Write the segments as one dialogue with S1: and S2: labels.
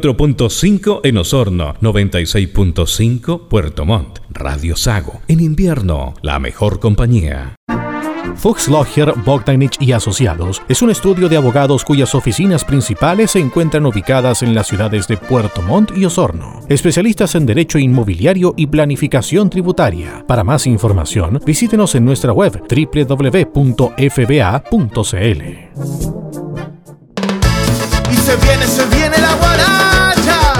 S1: 94.5 en Osorno, 96.5 Puerto Montt, Radio Sago. En invierno, la mejor compañía.
S2: Fox Lawyer, Bogdanich y Asociados es un estudio de abogados cuyas oficinas principales se encuentran ubicadas en las ciudades de Puerto Montt y Osorno. Especialistas en derecho inmobiliario y planificación tributaria. Para más información, visítenos en nuestra web www.fba.cl
S3: se viene, se viene la guaracha.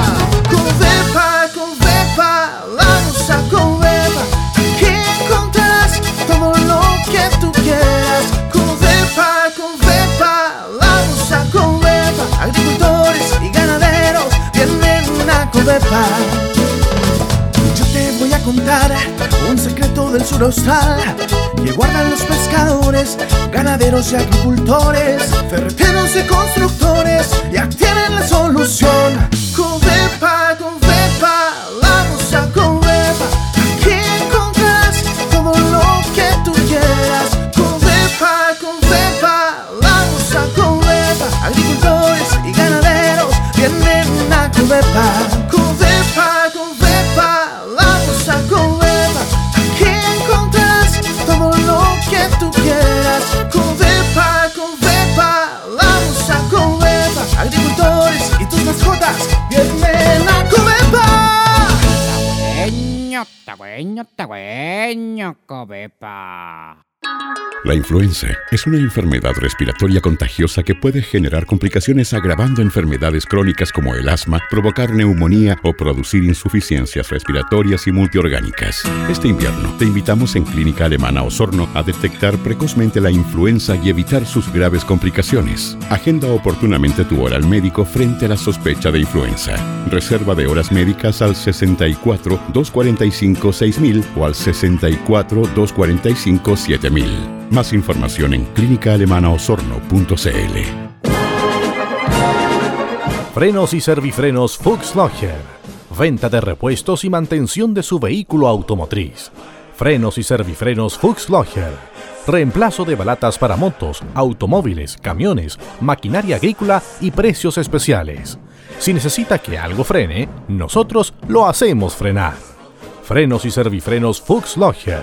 S3: Con Vepa, con Vepa, vamos a con Vepa. Aquí encontrarás todo lo que tú quieras. Con Vepa, con Vepa, vamos a con Vepa. Agricultores y ganaderos vienen a con Vepa. Yo te voy a contar un secreto del sur austral que guardan los pescadores, ganaderos y agricultores, ferreteros y constructores, ya tienen la solución. Covepa, Covepa, vamos a Covepa, aquí encontrarás todo lo que tú quieras. Covepa, Covepa, vamos a Covepa, agricultores y ganaderos, vienen a Covepa. Covepa, Covepa, vamos a Covepa, aquí encontrarás todo lo que tú quieras. Con Vepa, con Vepa, vamos a con Vepa. Agricultores y tus mascotas, vienen a Covepa.
S4: Tagüeño, tagüeño, tagüeño, cobepa.
S5: La influenza es una enfermedad respiratoria contagiosa que puede generar complicaciones agravando enfermedades crónicas como el asma, provocar neumonía o producir insuficiencias respiratorias y multiorgánicas. Este invierno te invitamos en Clínica Alemana Osorno a detectar precozmente la influenza y evitar sus graves complicaciones. Agenda oportunamente tu hora al médico frente a la sospecha de influenza. Reserva de horas médicas al 64 245 6000 o al 64 245 7000. Más información en clínicaalemanaosorno.cl.
S2: Frenos y servifrenos Fuchs Logger. Venta de repuestos y mantención de su vehículo automotriz. Frenos y servifrenos Fuchs Logger. Reemplazo de balatas para motos, automóviles, camiones, maquinaria agrícola y precios especiales. Si necesita que algo frene, nosotros lo hacemos frenar. Frenos y servifrenos Fuchs Logger.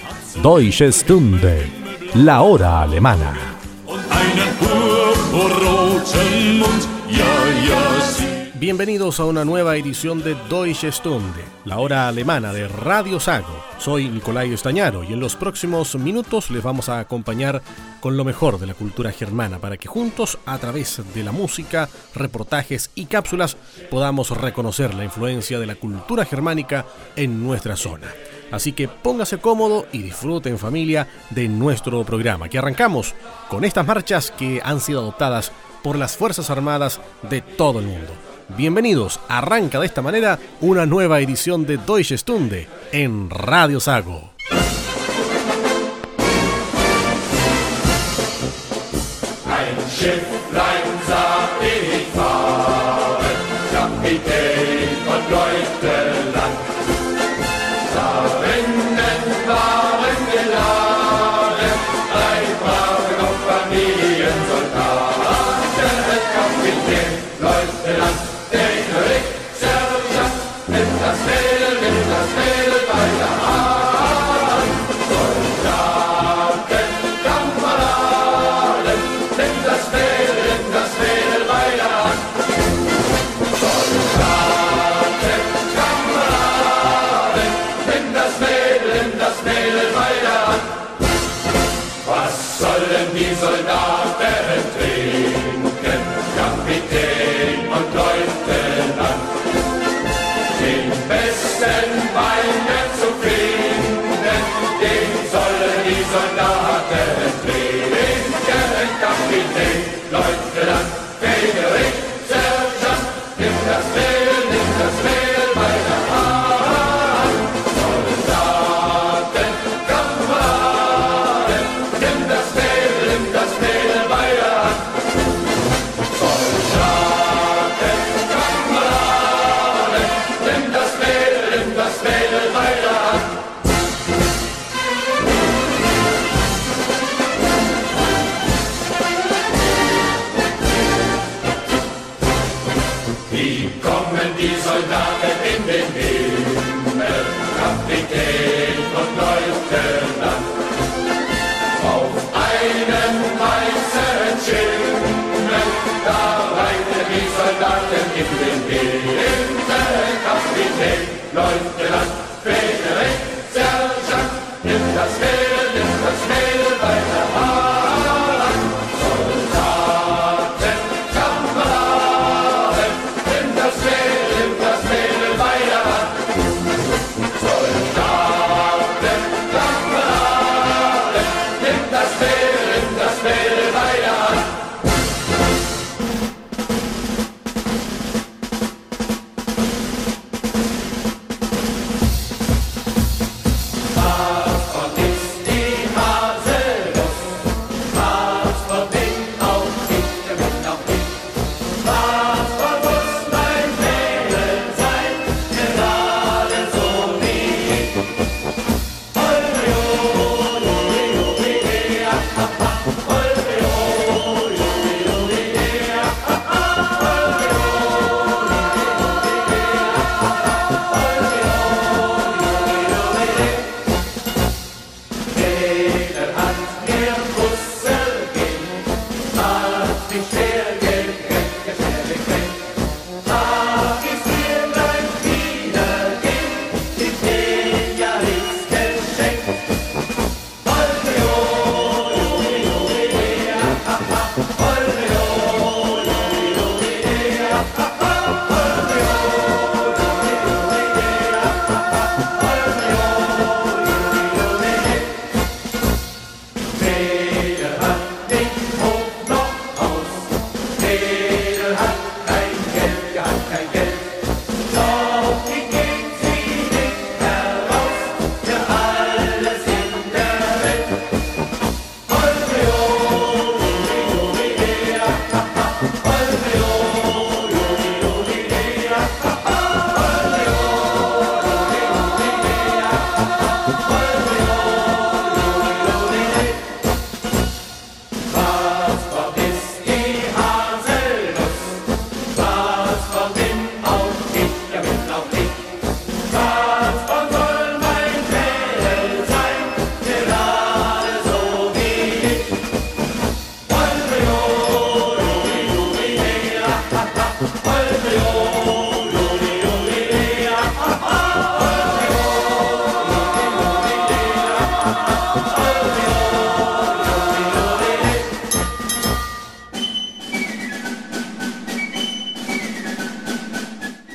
S2: Deutsche Stunde, la hora alemana.
S6: und einen purpurroten Mund. Ja, ja, sie
S2: Bienvenidos a una nueva edición de Deutsche Stunde, la hora alemana de Radio Sago. Soy Nicolai Estañaro y en los próximos minutos les vamos a acompañar con lo mejor de la cultura germana para que juntos, a través de la música, reportajes y cápsulas, podamos reconocer la influencia de la cultura germánica en nuestra zona. Así que póngase cómodo y disfrute en familia de nuestro programa, que arrancamos con estas marchas que han sido adoptadas por las Fuerzas Armadas de todo el mundo. Bienvenidos, arranca de esta manera una nueva edición de Deutsche Stunde en Radio Sago.
S6: ein Schifflein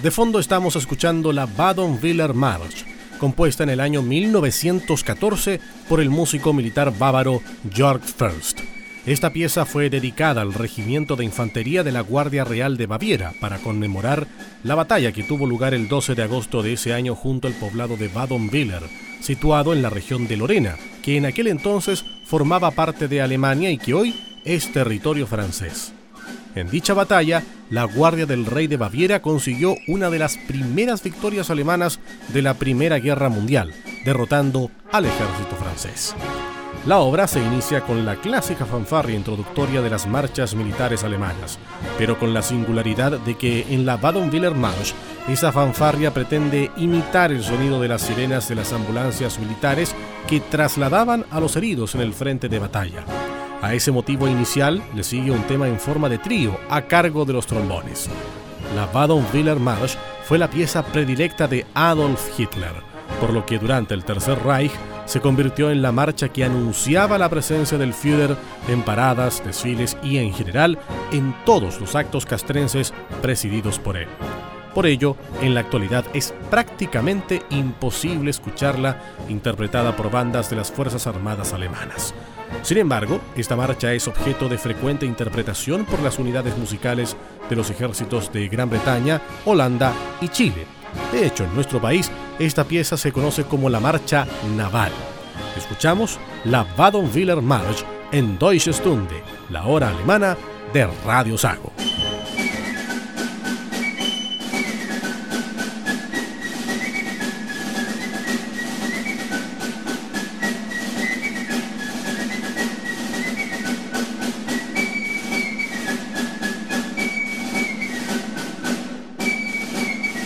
S2: De fondo estamos escuchando la Baden-Willer March, compuesta en el año 1914 por el músico militar bávaro Jörg First. Esta pieza fue dedicada al Regimiento de Infantería de la Guardia Real de Baviera para conmemorar la batalla que tuvo lugar el 12 de agosto de ese año junto al poblado de Baden-Willer, situado en la región de Lorena, que en aquel entonces formaba parte de Alemania y que hoy es territorio francés. En dicha batalla, la Guardia del Rey de Baviera consiguió una de las primeras victorias alemanas de la Primera Guerra Mundial, derrotando al ejército francés. La obra se inicia con la clásica fanfarria introductoria de las marchas militares alemanas, pero con la singularidad de que en la Baden-Willer March esa fanfarria pretende imitar el sonido de las sirenas de las ambulancias militares que trasladaban a los heridos en el frente de batalla. A ese motivo inicial le sigue un tema en forma de trío a cargo de los trombones. La Baden-Willer March fue la pieza predilecta de Adolf Hitler, por lo que durante el Tercer Reich se convirtió en la marcha que anunciaba la presencia del Führer en paradas, desfiles y en general en todos los actos castrenses presididos por él. Por ello, en la actualidad es prácticamente imposible escucharla interpretada por bandas de las Fuerzas Armadas alemanas. Sin embargo, esta marcha es objeto de frecuente interpretación por las unidades musicales de los ejércitos de Gran Bretaña, Holanda y Chile. De hecho, en nuestro país, esta pieza se conoce como la Marcha Naval. Escuchamos la Baden-Willer March en Deutsche Stunde, la hora alemana de Radio Sago.
S7: Musik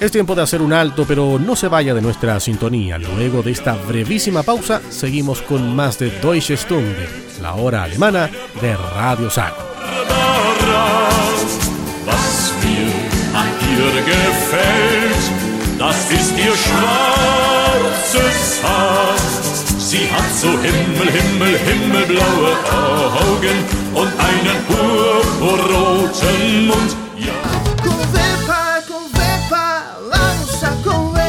S2: Es tiempo de hacer un alto, pero no se vaya de nuestra sintonía. Luego de esta brevísima pausa, seguimos con más de Deutsche Stunde, la hora alemana de Radio Saco.
S6: daraus, was mir an ihr gefällt, das ist ihr schwarzes Haar. Sie hat so Himmel, Himmel, Himmelblaue Augen und einen purpurroten Mund. Ja.
S3: Convepa, convepa, lanza, convepa.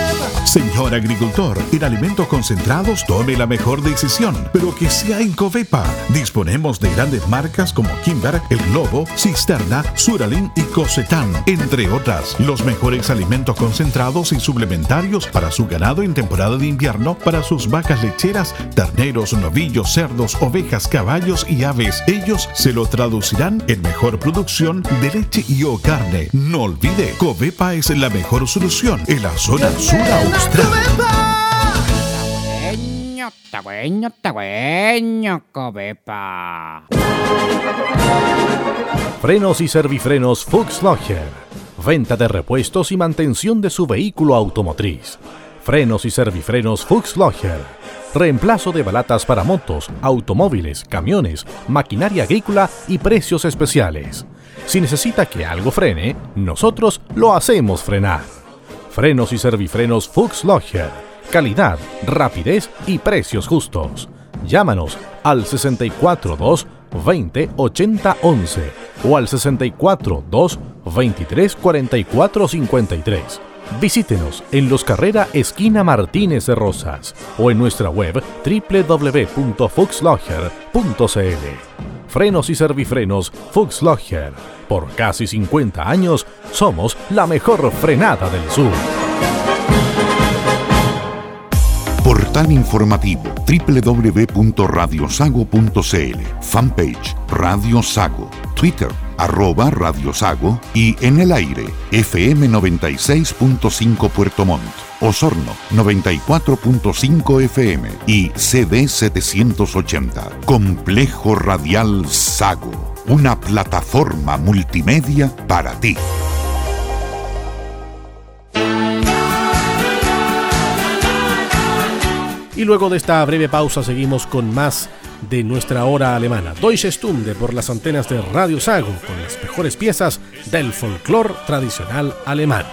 S7: Señor agricultor, en alimentos concentrados tome la mejor decisión, pero que sea en Covepa. Disponemos de grandes marcas como Kimber, El Globo, Cisterna, Suralin y Cosetán, entre otras. Los mejores alimentos concentrados y suplementarios para su ganado en temporada de invierno, para sus vacas lecheras, terneros, novillos, cerdos, ovejas, caballos y aves. Ellos se lo traducirán en mejor producción de leche y o carne. No olvide, Covepa es la mejor solución en la zona sur austral.
S4: Tagüeño, tagüeño, tagüeño, cobepa.
S2: Frenos y servifrenos Fuchslocher. Venta de repuestos y mantención de su vehículo automotriz. Frenos y servifrenos Fuchslocher. Reemplazo de balatas para motos, automóviles, camiones, maquinaria agrícola y precios especiales. Si necesita que algo frene, nosotros lo hacemos frenar. Frenos y servifrenos Fuchslocher. Calidad, rapidez y precios justos. Llámanos al 642 20 80 11 o al 64 2 23 44 53. Visítenos en Los Carrera Esquina Martínez de Rosas o en nuestra web www.fuxlogger.cl. Frenos y servifrenos Fuxlogger. Por casi 50 años somos la mejor frenada del sur.
S8: Portal informativo www.radiosago.cl Fanpage Radio Sago Twitter arroba Radio Sago y en el aire FM 96.5 Puerto Montt Osorno 94.5 FM y CD 780 Complejo Radial Sago una plataforma multimedia para ti.
S2: Y luego de esta breve pausa seguimos con más de nuestra hora alemana. Deutsche Stunde por las antenas de Radio Sago con las mejores piezas del folclore tradicional alemán.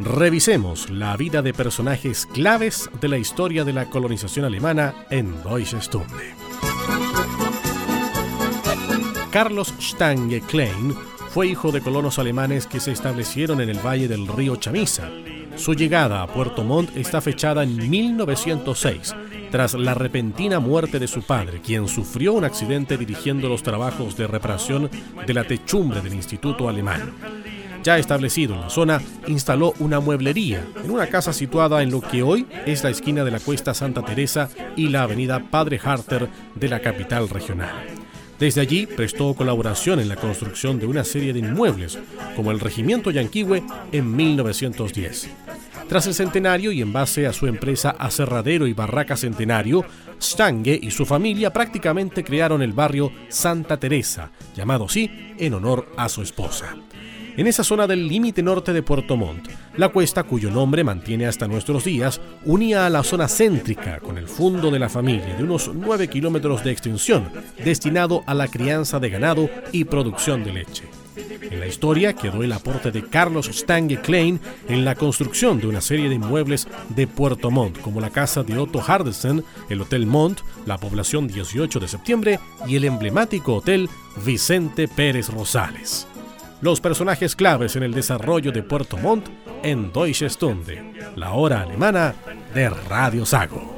S2: Revisemos la vida de personajes claves de la historia de la colonización alemana en Deutsche Stunde. Carlos Stange Klein fue hijo de colonos alemanes que se establecieron en el valle del río Chamisa. Su llegada a Puerto Montt está fechada en 1906, tras la repentina muerte de su padre, quien sufrió un accidente dirigiendo los trabajos de reparación de la techumbre del Instituto Alemán. Ya establecido en la zona, instaló una mueblería en una casa situada en lo que hoy es la esquina de la Cuesta Santa Teresa y la avenida Padre Harter de la capital regional. Desde allí prestó colaboración en la construcción de una serie de inmuebles, como el Regimiento Yanquihue en 1910. Tras el centenario y en base a su empresa Aserradero y Barraca Centenario, Stange y su familia prácticamente crearon el barrio Santa Teresa, llamado así en honor a su esposa. En esa zona del límite norte de Puerto Montt, la cuesta cuyo nombre mantiene hasta nuestros días unía a la zona céntrica con el fondo de la familia de unos 9 kilómetros de extensión, destinado a la crianza de ganado y producción de leche. En la historia quedó el aporte de Carlos Stange Klein en la construcción de una serie de inmuebles de Puerto Montt, como la casa de Otto Hardesen, el Hotel Montt, la población 18 de septiembre y el emblemático hotel Vicente Pérez Rosales los personajes claves en el desarrollo de Puerto Montt en Deutsche Stunde, la hora alemana de Radio Sago.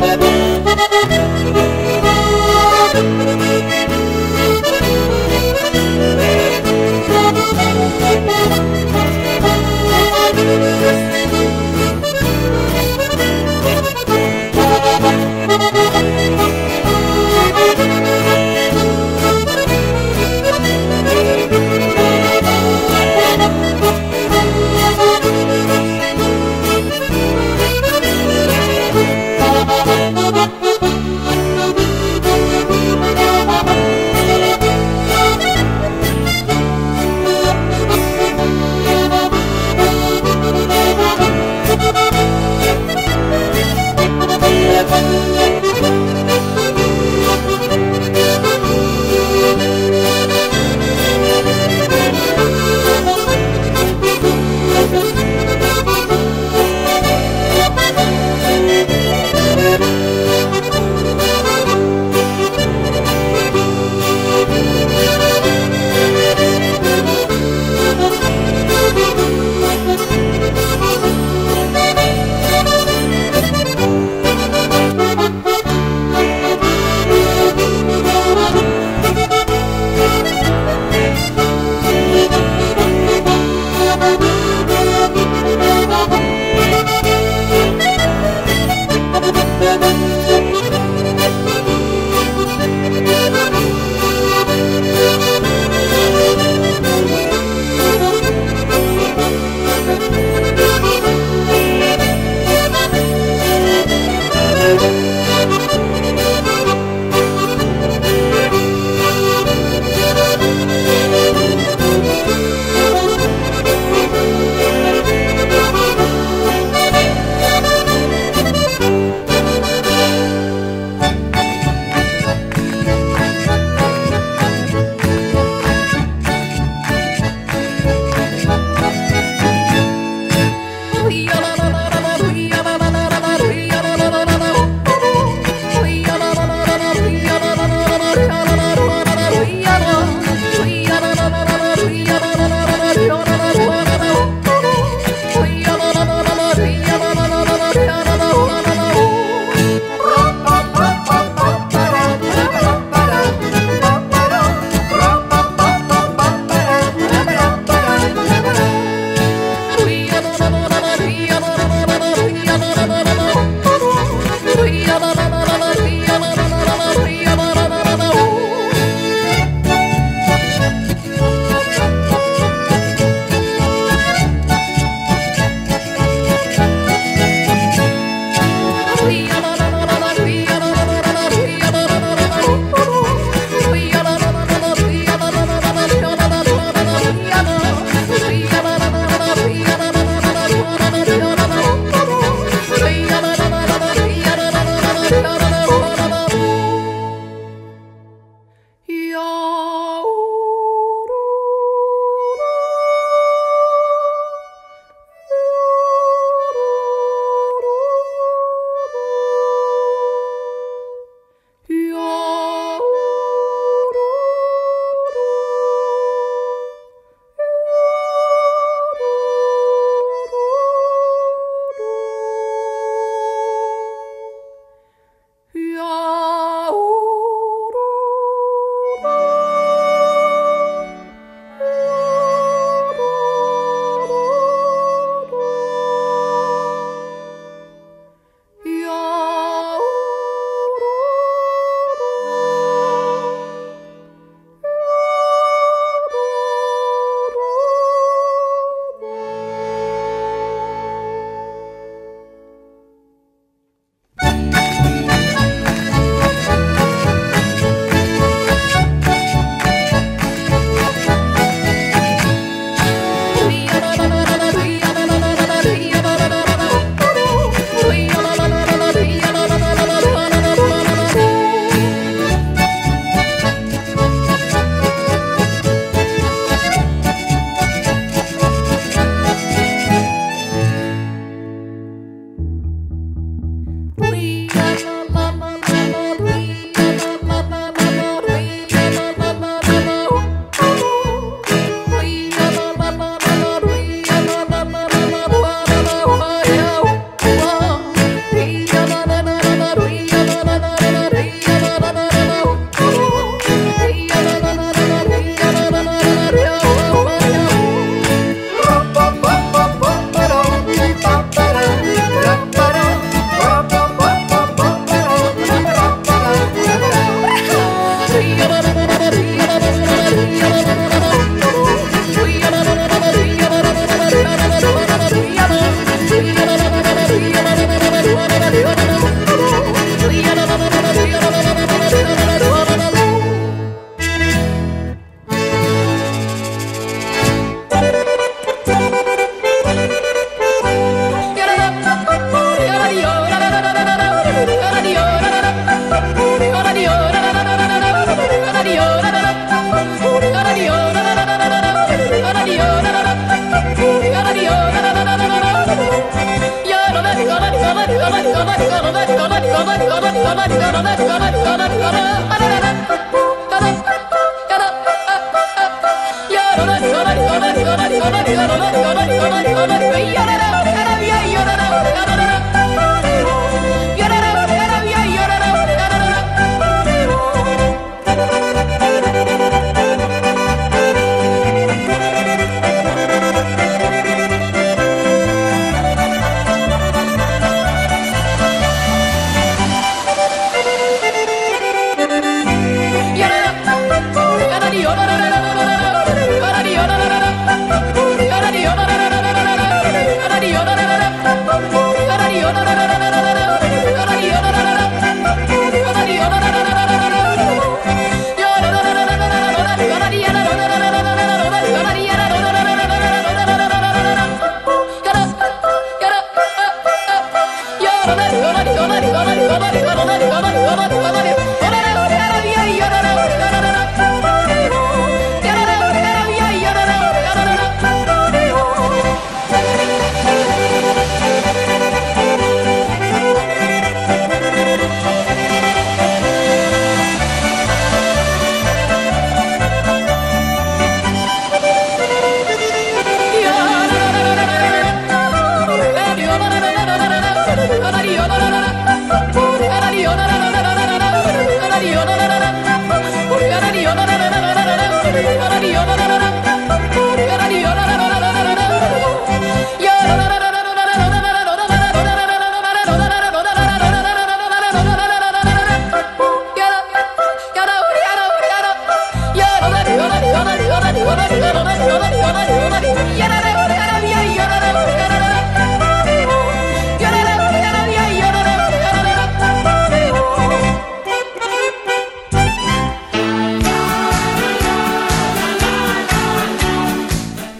S9: Thank you.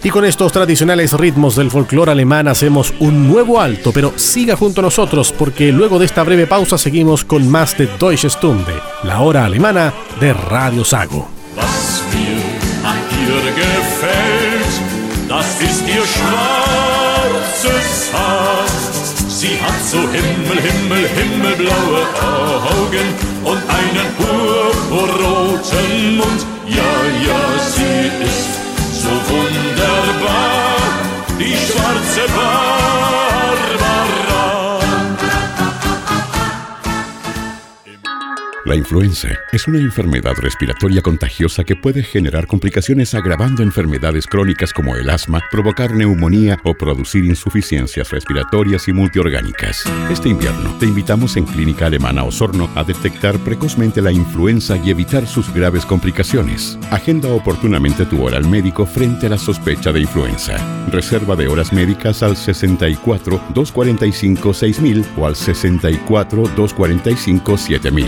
S2: Y con estos tradicionales ritmos del folclore alemán hacemos un nuevo alto, pero siga junto a nosotros porque luego de esta breve pausa seguimos con más de Deutsche Stunde, la hora alemana de Radio Sago.
S6: Was mir an ihr gefällt, das ist ihr schwarzes Haar. Sie hat so Himmel, Himmel, Himmelblaue Augen und einen purpurroten Mund. Ja, ja, sie ist so wunderbar, die schwarze Barbara.
S5: La influenza es una enfermedad respiratoria contagiosa que puede generar complicaciones agravando enfermedades crónicas como el asma, provocar neumonía o producir insuficiencias respiratorias y multiorgánicas. Este invierno te invitamos en Clínica Alemana Osorno a detectar precozmente la influenza y evitar sus graves complicaciones. Agenda oportunamente tu hora al médico frente a la sospecha de influenza. Reserva de horas médicas al 64 245 6000 o al 64 245 7000.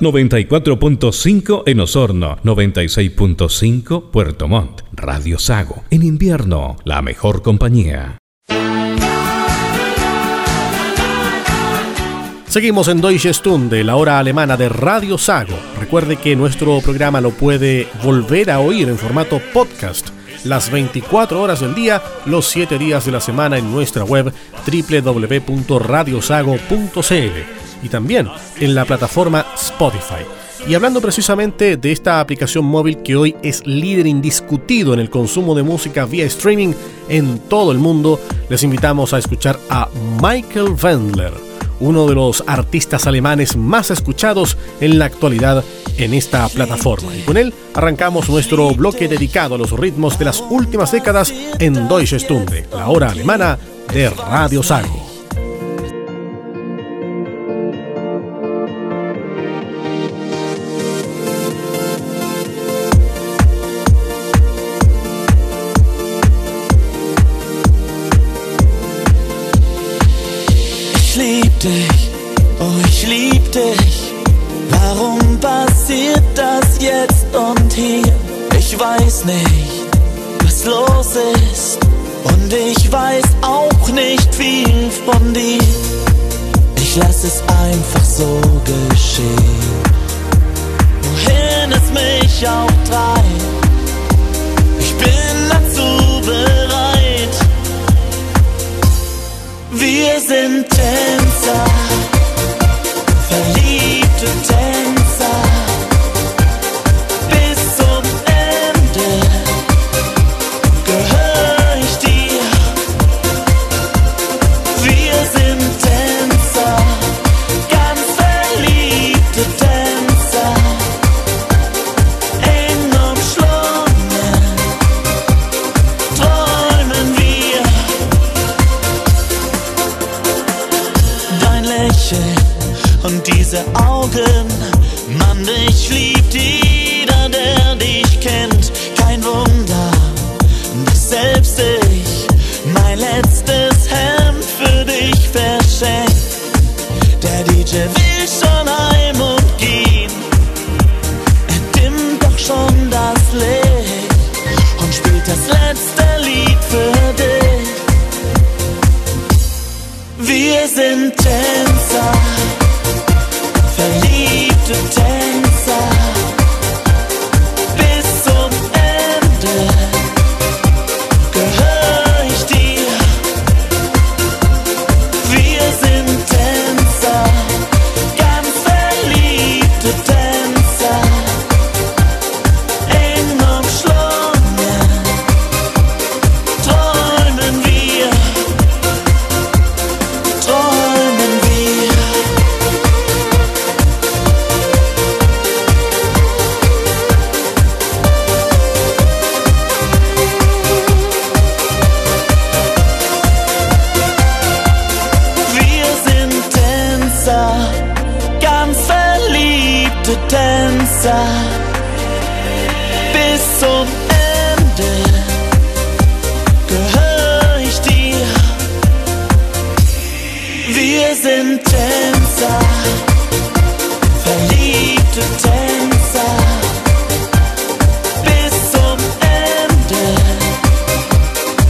S1: 94.5 en Osorno, 96.5 Puerto Montt, Radio Sago. En invierno, la mejor compañía.
S2: Seguimos en Deutsche Stunde, la hora alemana de Radio Sago. Recuerde que nuestro programa lo puede volver a oír en formato podcast las 24 horas del día, los 7 días de la semana en nuestra web www.radiosago.cl y también en la plataforma Spotify. Y hablando precisamente de esta aplicación móvil que hoy es líder indiscutido en el consumo de música vía streaming en todo el mundo, les invitamos a escuchar a Michael Wendler, uno de los artistas alemanes más escuchados en la actualidad en esta plataforma. Y con él arrancamos nuestro bloque dedicado a los ritmos de las últimas décadas en Deutsche Stunde, la hora alemana de Radio Sago.
S10: dich, oh ich lieb dich. Warum passiert das jetzt und hier? Ich weiß nicht, was los ist. Und ich weiß auch nicht viel von dir. Ich lass es einfach so geschehen. Wohin es mich auch treibt. Ich bin dazu bereit. Wir sind Tänzer. Verliebte Tänzer. Bis zum Ende gehöre ich dir. Wir sind Tänzer, ganz verliebte Tänzer. Eng umschlungen träumen wir. Dein Lächeln und diese Augen, Mann, dich liebt jeder, der dich kennt. Kein Wunder, dass selbst ich mein letztes Hemd für dich verschenk. Der DJ will schon heim und gehen, er dimmt doch schon das Licht und spielt das letzte Lied für dich. Wir sind Tänzer, verliebte Tänzer. Bis zum Ende gehöre ich dir. Wir sind Tänzer, ganz verliebte Tänzer. Eng umschlungen träumen wir träumen wir. Wir sind Tänzer, ganz verliebte Tänzer. Bis zum Ende gehöre ich dir. Wir sind Tänzer, verliebte Tänzer. Bis zum Ende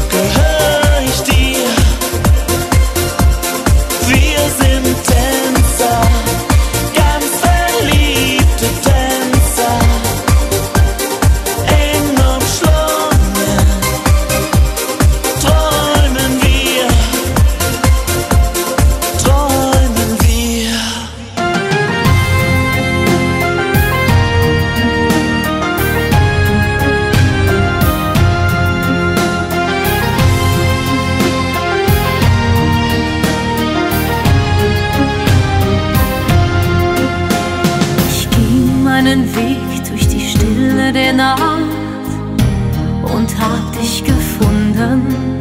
S10: gehöre ich dir. Wir sind Tänzer, ganz verliebte Tänzer. Eng umschlungen träumen wir, träumen wir.
S11: Ich ging meinen Weg durch die Stille der Nacht und hab dich gefunden.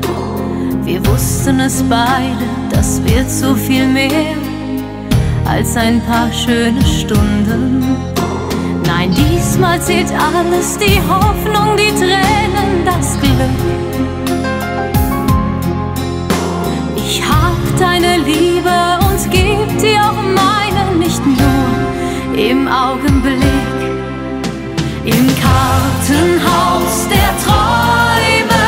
S11: Wir wussten es beide, das wird so viel mehr als ein paar schöne Stunden. Nein, diesmal zählt alles, die Hoffnung, die Tränen, das Glück. Ich hab deine Liebe und geb dir auch meine, nicht nur im Augenblick. Im Kartenhaus der Träume,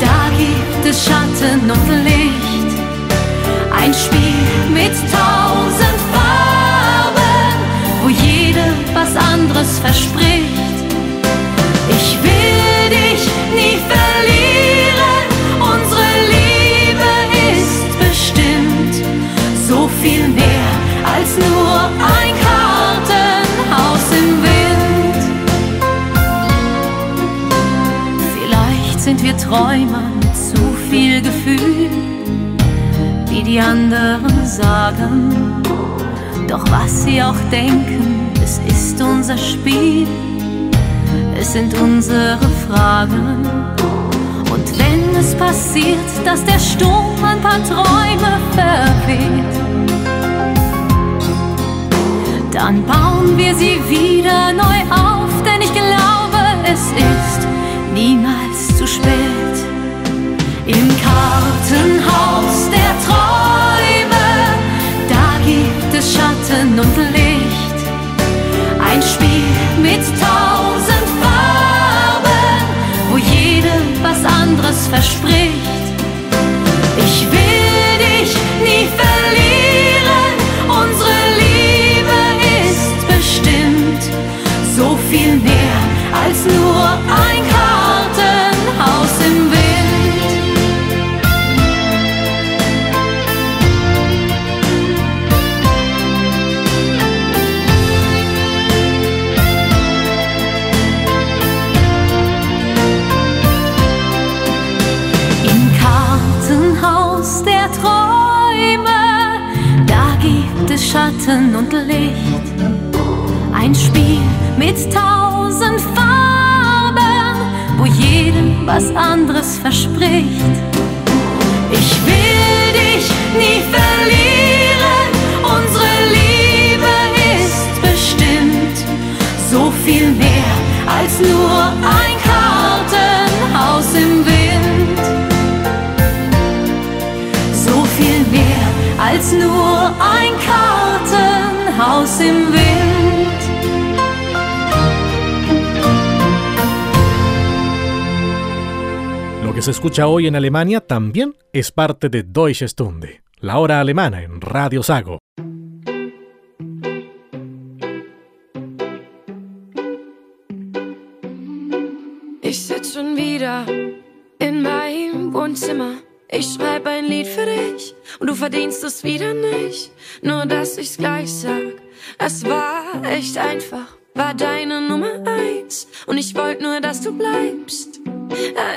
S11: da gibt es Schatten und Licht. Ein Spiel mit tausend Farben, wo jede was anderes verspricht. Ich will dich nie verlieren, unsere Liebe ist bestimmt so viel mehr als nur ein Kartenhaus im Wind. Vielleicht sind wir Träumer mit zu viel Gefühl, wie die anderen sagen. Doch was sie auch denken, es ist unser Spiel. Es sind unsere Fragen. Und wenn es passiert, dass der Sturm ein paar Träume verweht, dann bauen wir sie wieder neu auf, denn ich glaube, es ist niemals zu spät. Im Kartenhaus der Träume, da gibt es Schatten und Licht. Ein Spiel mit tausend Farben, wo jede es verspricht. Ich will dich nie verlieren, unsere Liebe ist bestimmt so viel mehr als nur ein Kartenhaus im Wind. Im Kartenhaus der Träume, da gibt es Schatten und Licht. Ein Spiel mit tausend Farben, wo jedem was anderes verspricht. Ich will dich nie verlieren, unsere Liebe ist bestimmt so viel mehr als nur ein Kartenhaus im Wind so viel mehr als nur ein Kartenhaus im Wind.
S2: Lo que se escucha hoy en Alemania también es parte de Deutsche Stunde, la hora alemana en Radio Sago.
S12: Ich sitz schon wieder in meinem Wohnzimmer. Ich schreib ein Lied für dich und du verdienst es wieder nicht. Nur dass ich's gleich sag, es war echt einfach. War deine Nummer eins und ich wollt nur, dass du bleibst.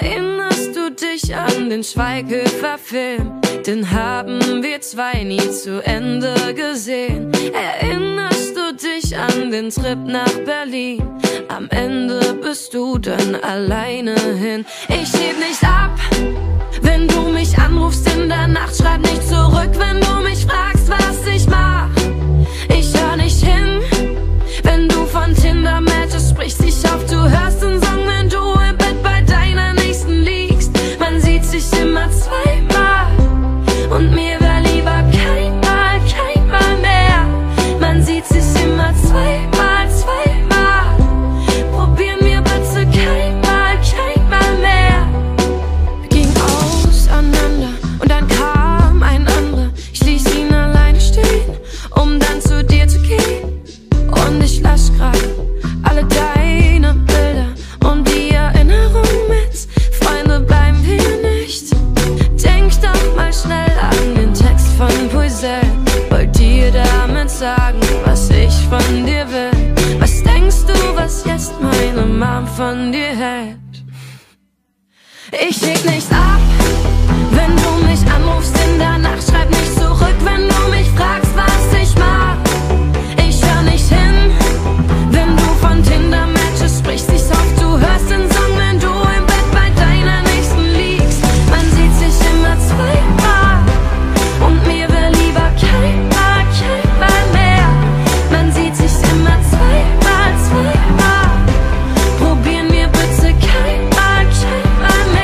S12: Erinnerst du dich an den Schweighöfer-Film? Den haben wir zwei nie zu Ende gesehen. Erinnerst du dich an den Trip nach Berlin? Am Ende bist du dann alleine hin. Ich heb nicht ab, wenn du mich anrufst in der Nacht. Schreib nicht zurück, wenn du mich fragst, was ich mach. Ich hör nicht hin, wenn du von Tinder matches, sprichst dich auf, du hörst den Song, wenn du im Bett bei deiner Nächsten liegst. Man sieht sich immer zweimal und mir wär lieber keinmal, keinmal mehr. Man sieht sich immer zweimal, zweimal. Probier mir bitte keinmal, keinmal mehr. Wir gingen auseinander und dann kam ein anderer. Ich ließ ihn alleine stehen, um dann zu dir zu gehen. Und ich lasch grad alle deine Bilder und die Erinnerung mit. Freunde bleiben wir nicht. Denk doch mal schnell an den Text von Poisel. Wollt dir damit sagen, was ich von dir will? Was denkst du, was jetzt meine Mom von dir hält? Ich schick nicht ab, wenn du mich anrufst in der Nacht. Schreib nicht zurück, wenn du mich fragst, was ich mach. Ich hör nicht hin, wenn du von Tinder-Matches sprichst. Ich hoffe, du hörst den Song, wenn du im Bett bei deiner Nächsten liegst. Man sieht sich immer zweimal und mir will lieber keinmal, keinmal mehr. Man sieht sich immer zweimal, zweimal. Probieren wir bitte keinmal, keinmal mehr.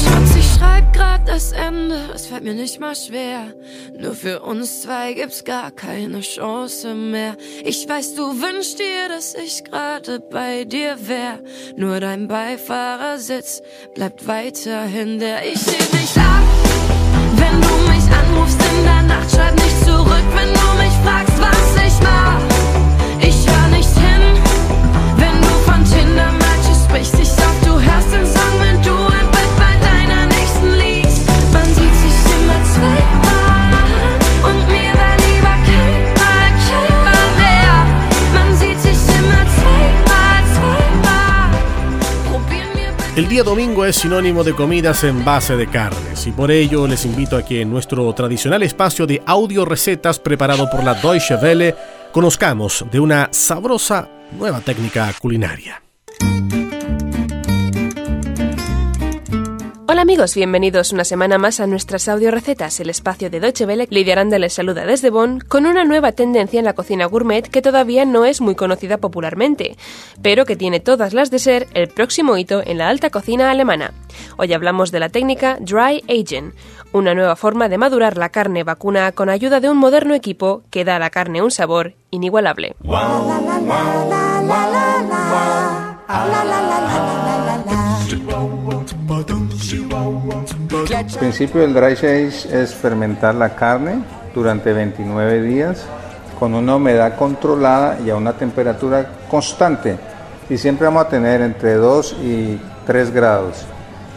S12: Schatz, ich schreib grad das Ende, es fällt mir nicht mal schwer. Nur für uns zwei gibt's gar keine Chance mehr. Ich weiß, du wünschst dir, dass ich gerade bei dir wär. Nur dein Beifahrersitz bleibt weiterhin der. Ich heb nicht ab, wenn du mich anrufst in der Nacht. Schreib nicht zurück, wenn du mich fragst, was ich mach. Ich hör nicht hin, wenn du von Tinder matches sprichst, ich sag, du hörst den Song, wenn du im Bett bei deiner nächsten liegst. Man sieht sich immer zweimal und mir wär lieber keinmal, keinmal mehr. Man sieht sich immer zweimal, zweimal. Probier mir
S2: El día domingo es sinónimo de comidas en base de carnes y por ello les invito a que en nuestro tradicional espacio de audio recetas preparado por la Deutsche Welle conozcamos de una sabrosa nueva técnica culinaria.
S13: Hola amigos, bienvenidos una semana más a nuestras audiorecetas. El espacio de Deutsche Welle, Lidia Aranda les saluda desde Bonn con una nueva tendencia en la cocina gourmet que todavía no es muy conocida popularmente, pero que tiene todas las de ser el próximo hito en la alta cocina alemana. Hoy hablamos de la técnica Dry Aging, una nueva forma de madurar la carne vacuna con ayuda de un moderno equipo que da a la carne un sabor inigualable.
S14: El principio del dry age es fermentar la carne durante 29 días con una humedad controlada y a una temperatura constante. Y siempre vamos a tener entre 2 y 3 grados.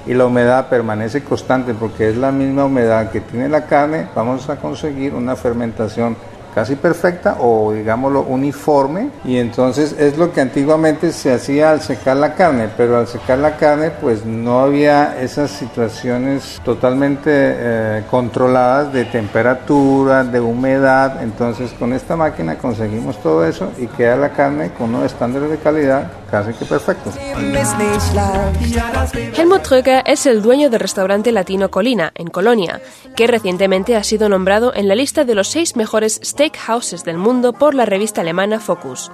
S14: Y la humedad permanece constante porque es la misma humedad que tiene la carne. Vamos a conseguir una fermentación casi perfecta o digámoslo uniforme y entonces es lo que antiguamente se hacía al secar la carne pero al secar la carne pues no había esas situaciones totalmente eh, controladas de temperatura de humedad entonces con esta máquina conseguimos todo eso y queda la carne con unos estándares de calidad casi que perfectos
S13: Helmut Tröger es el dueño del restaurante latino Colina en Colonia que recientemente ha sido nombrado en la lista de los seis mejores steakhouses del mundo por la revista alemana Focus.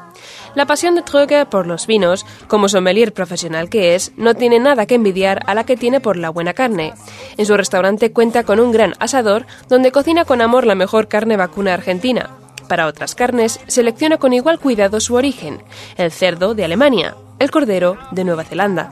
S13: La pasión de Tröger por los vinos, como sommelier profesional que es, no tiene nada que envidiar a la que tiene por la buena carne. En su restaurante cuenta con un gran asador donde cocina con amor la mejor carne vacuna argentina. Para otras carnes, selecciona con igual cuidado su origen, el cerdo de Alemania, el cordero de Nueva Zelanda.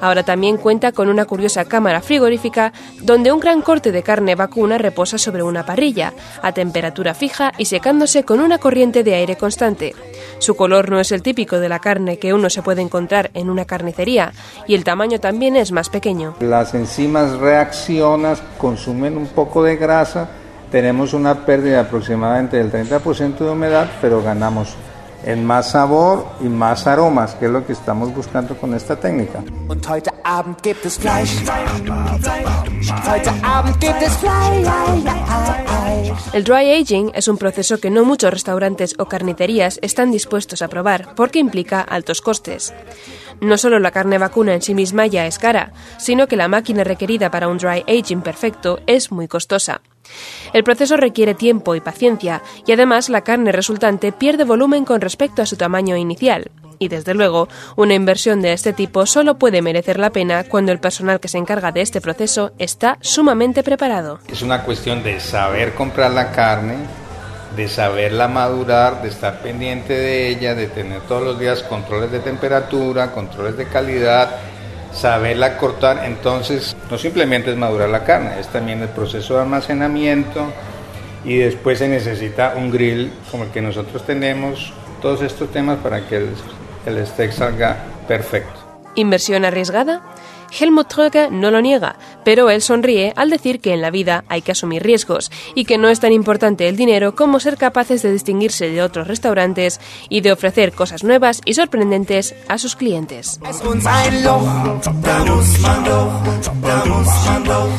S13: Ahora también cuenta con una curiosa cámara frigorífica donde un gran corte de carne vacuna reposa sobre una parrilla, a temperatura fija y secándose con una corriente de aire constante. Su color no es el típico de la carne que uno se puede encontrar en una carnicería y el tamaño también es más pequeño.
S14: Las enzimas reaccionan, consumen un poco de grasa, tenemos una pérdida aproximadamente del 30% de humedad, pero ganamos en más sabor y más aromas, que es lo que estamos buscando con esta técnica.
S13: El dry aging es un proceso que no muchos restaurantes o carnicerías están dispuestos a probar porque implica altos costes. No solo la carne vacuna en sí misma ya es cara, sino que la máquina requerida para un dry aging perfecto es muy costosa. El proceso requiere tiempo y paciencia, y además la carne resultante pierde volumen con respecto a su tamaño inicial. Y desde luego, una inversión de este tipo solo puede merecer la pena cuando el personal que se encarga de este proceso está sumamente preparado.
S14: Es una cuestión de saber comprar la carne, de saberla madurar, de estar pendiente de ella, de tener todos los días controles de temperatura, controles de calidad, saberla cortar. Entonces, no simplemente es madurar la carne, es también el proceso de almacenamiento y después se necesita un grill como el que nosotros tenemos, todos estos temas para que el, el steak salga perfecto.
S13: ¿Inversión arriesgada? Helmut Tröger no lo niega, pero él sonríe al decir que en la vida hay que asumir riesgos y que no es tan importante el dinero como ser capaces de distinguirse de otros restaurantes y de ofrecer cosas nuevas y sorprendentes a sus clientes.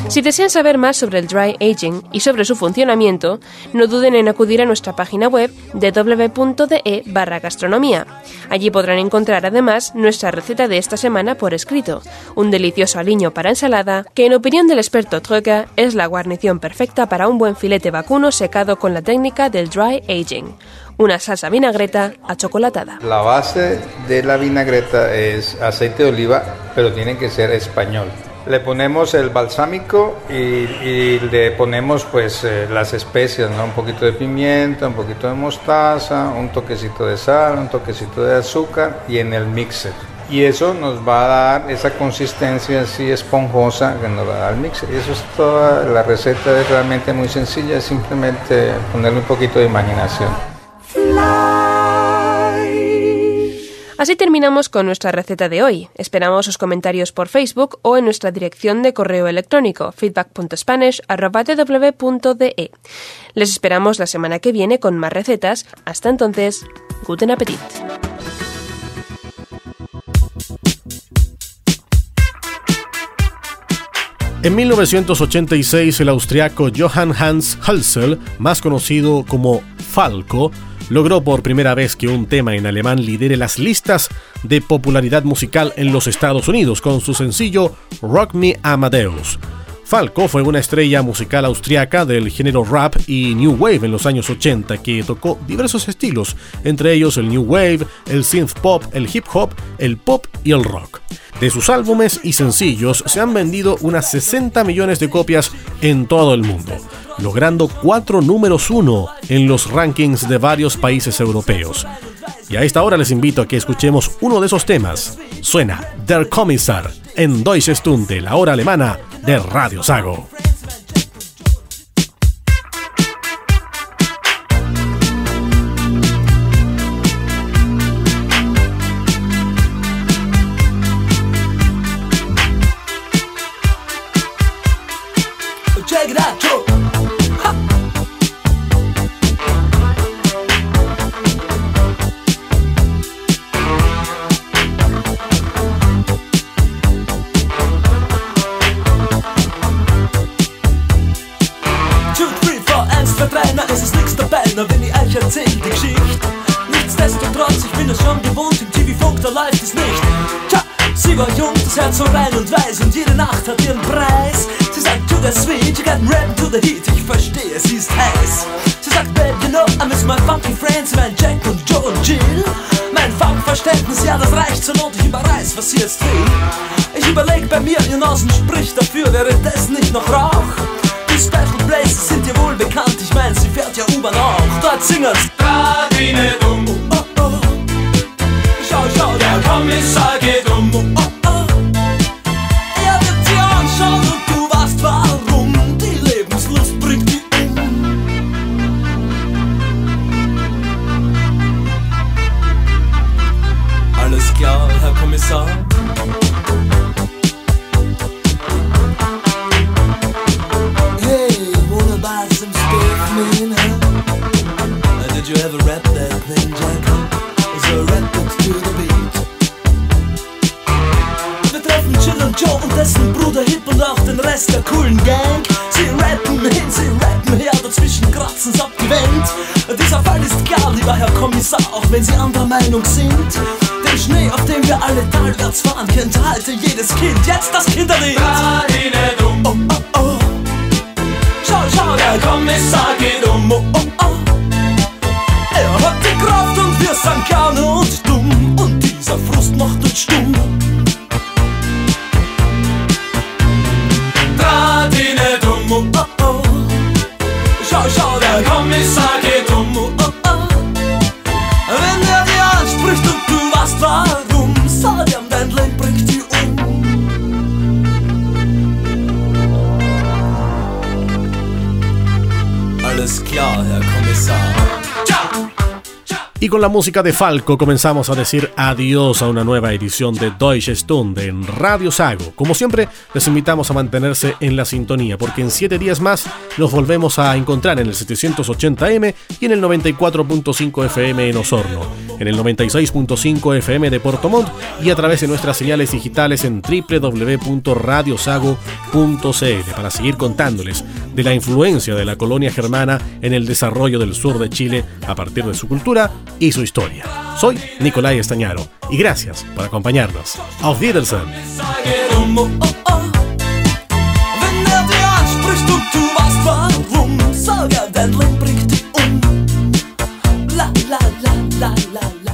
S13: Si desean saber más sobre el dry aging y sobre su funcionamiento, no duden en acudir a nuestra página web www.de barra gastronomía. Allí podrán encontrar además nuestra receta de esta semana por escrito, un delicioso aliño para ensalada que en opinión del experto Troika es la guarnición perfecta para un buen filete vacuno secado con la técnica del dry aging, una salsa vinagreta achocolatada.
S14: La base de la vinagreta es aceite de oliva, pero tiene que ser español. Le ponemos el balsámico y, y le ponemos pues eh, las especias, ¿no? Un poquito de pimienta, un poquito de mostaza, un toquecito de sal, un toquecito de azúcar y en el mixer. Y eso nos va a dar esa consistencia así esponjosa que nos va a dar el mixer. Y eso es toda la receta, es realmente muy sencilla, es simplemente ponerle un poquito de imaginación.
S13: Así terminamos con nuestra receta de hoy. Esperamos sus comentarios por Facebook o en nuestra dirección de correo electrónico feedback.spanish.de. e. Les esperamos la semana que viene con más recetas. Hasta entonces, guten appetit.
S2: En 1986, el austriaco Johann Hans Hölzel, más conocido como Falco, logró por primera vez que un tema en alemán lidere las listas de popularidad musical en los Estados Unidos con su sencillo Rock Me Amadeus. Falco fue una estrella musical austriaca del género rap y new wave en los años 80 que tocó diversos estilos, entre ellos el new wave, el synth pop, el hip hop, el pop y el rock. De sus álbumes y sencillos se han vendido unas 60 millones de copias en todo el mundo, logrando cuatro números uno en los rankings de varios países europeos. Y a esta hora les invito a que escuchemos uno de esos temas. Suena Der Kommissar en Deutsche Stunde, la hora alemana de Radio Sago.
S15: Check that, yo. Ha. Two, three, four, eins, zwei, drei, na es ist nix dabei, na wenn ich euch erzähl die Geschichte. Nichtsdestotrotz, ich bin es schon gewohnt, im TV-Funk, da läuft es nicht. Tja, sie war jung, das Herz so rein und weiß und jede Nacht hat ihren Preis. Sie sagt, to the sweet, you got rap to the heat, ich verstehe, sie ist heiß. Sie sagt, babe, you know, I miss my funky friends, mein Jack und Joe und Jill. Mein Funkverständnis, ja, das reicht zur Not, ich überreiß, was sie jetzt will. Ich überleg bei mir, ihr Nasen spricht dafür, wäre das nicht noch Rauch? Die Special Places sind dir wohl bekannt, ich mein, sie fährt ja U-Bahn auch. Dort singen's. Radine dumm. Oh, oh. Schau, schau, der Kommissar geht um. Oh, oh. Er wird sie anschauen und du weißt warum. Die Lebenslust bringt die um. Alles klar, Herr Kommissar. Hey, wanna buy some Spaceman, huh? Uh, did you ever rap that thing, Jack? Is a rap that's to the beat. Wir treffen Jill und Joe und dessen Bruder Hip und auch den Rest der coolen Gang. Sie rappen hin, sie rappen her, dazwischen kratzen's ab die Wand. Dieser Fall ist klar, lieber Herr Kommissar, auch wenn Sie anderer Meinung sind. Den Schnee, auf dem wir alle talwärts fahren, kennt heute jedes Kind. Jetzt das Kinderlied. Oh, oh, oh. Schau, schau, der Kommissar geht um. Oh, oh, oh. Er hat die Kraft und wir sind gerne und dumm. Und dieser Frust macht uns stumm. Radine dumm, oh, oh, oh. Schau, schau, der Kommissar geht um, oh, oh, oh. Wenn er dir anspricht und du weißt warum, sag ihm, dein Leben bringt dich um. Alles klar, Herr Kommissar. Ciao!
S2: Y con la música de Falco comenzamos a decir adiós a una nueva edición de Deutsche Stunde en Radio Sago. Como siempre, les invitamos a mantenerse en la sintonía, porque en 7 días más nos volvemos a encontrar en el 780M y en el 94.5 FM en Osorno, en el 96.5 FM de Puerto Montt y a través de nuestras señales digitales en www.radiosago.cl para seguir contándoles de la influencia de la colonia germana en el desarrollo del sur de Chile a partir de su cultura y su historia. Soy Nicolai Estañaro y gracias por acompañarnos. Auf Wiedersehen.
S15: Sage um, oh, oh, oh. Wenn er dir anspricht und du weißt warum, sag er, dein Leben bringt dich um. La, la, la, la, la, la.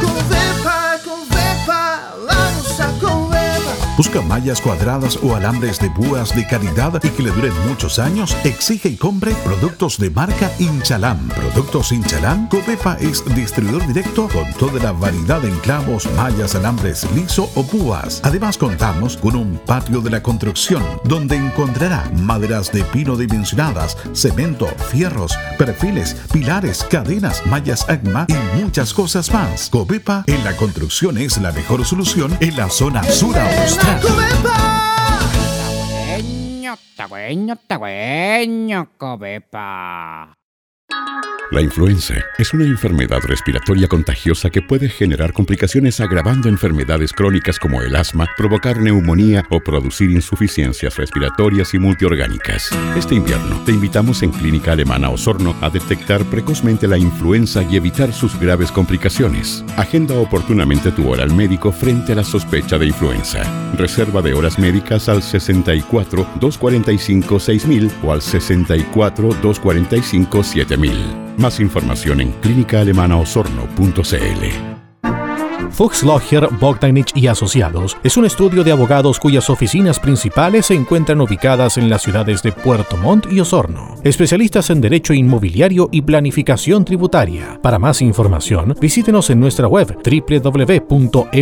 S3: Convepa, convepa, la usa convepa.
S7: Busca mallas cuadradas o alambres de púas de calidad y que le duren muchos años. Exige y compre productos de marca Inchalam. Productos Inchalam, Copepa es distribuidor directo con toda la variedad en clavos, mallas, alambres liso o púas. Además contamos con un patio de la construcción donde encontrará maderas de pino dimensionadas, cemento, fierros, perfiles, pilares, cadenas, mallas ACMA y muchas cosas más. Copepa en la construcción es la mejor solución en la zona sur austral.
S4: Tagüeño, tagüeño, tagüeño, cobepa.
S5: La influenza es una enfermedad respiratoria contagiosa que puede generar complicaciones agravando enfermedades crónicas como el asma, provocar neumonía o producir insuficiencias respiratorias y multiorgánicas. Este invierno te invitamos en Clínica Alemana Osorno a detectar precozmente la influenza y evitar sus graves complicaciones. Agenda oportunamente tu hora al médico frente a la sospecha de influenza. Reserva de horas médicas al 64 245 6000 o al 64 245 7000. Más información en clínicaalemanaosorno.cl.
S2: Fuchs Logger, Bogdanich y Asociados es un estudio de abogados cuyas oficinas principales se encuentran ubicadas en las ciudades de Puerto Montt y Osorno. Especialistas en derecho inmobiliario y planificación tributaria. Para más información, visítenos en nuestra web www.fba.cl.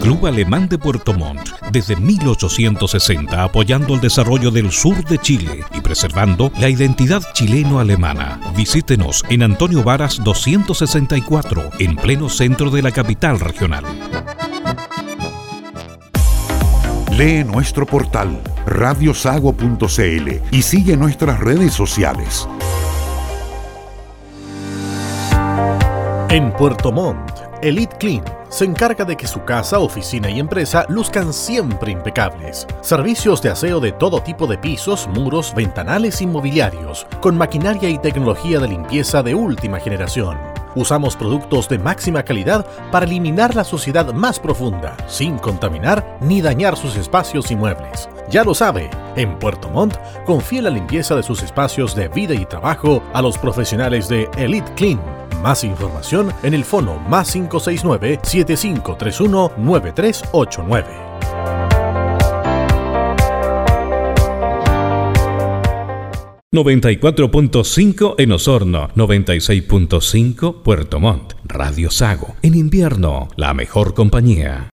S1: Club Alemán de Puerto Montt, desde 1860 apoyando el desarrollo del sur de Chile y preservando la identidad chileno-alemana. Visítenos en Antonio Varas 264, en pleno centro de la capital regional.
S8: Lee nuestro portal radiosago.cl y sigue nuestras redes sociales.
S2: En Puerto Montt, Elite Clean se encarga de que su casa, oficina y empresa luzcan siempre impecables. Servicios de aseo de todo tipo de pisos, muros, ventanales y mobiliarios, con maquinaria y tecnología de limpieza de última generación. Usamos productos de máxima calidad para eliminar la suciedad más profunda, sin contaminar ni dañar sus espacios y muebles. Ya lo sabe, en Puerto Montt confía la limpieza de sus espacios de vida y trabajo a los profesionales de Elite Clean. Más información en el fono más 569-7531-9389.
S1: .5 en Osorno, 96.5 Puerto Montt, Radio Sago. En invierno, la mejor compañía.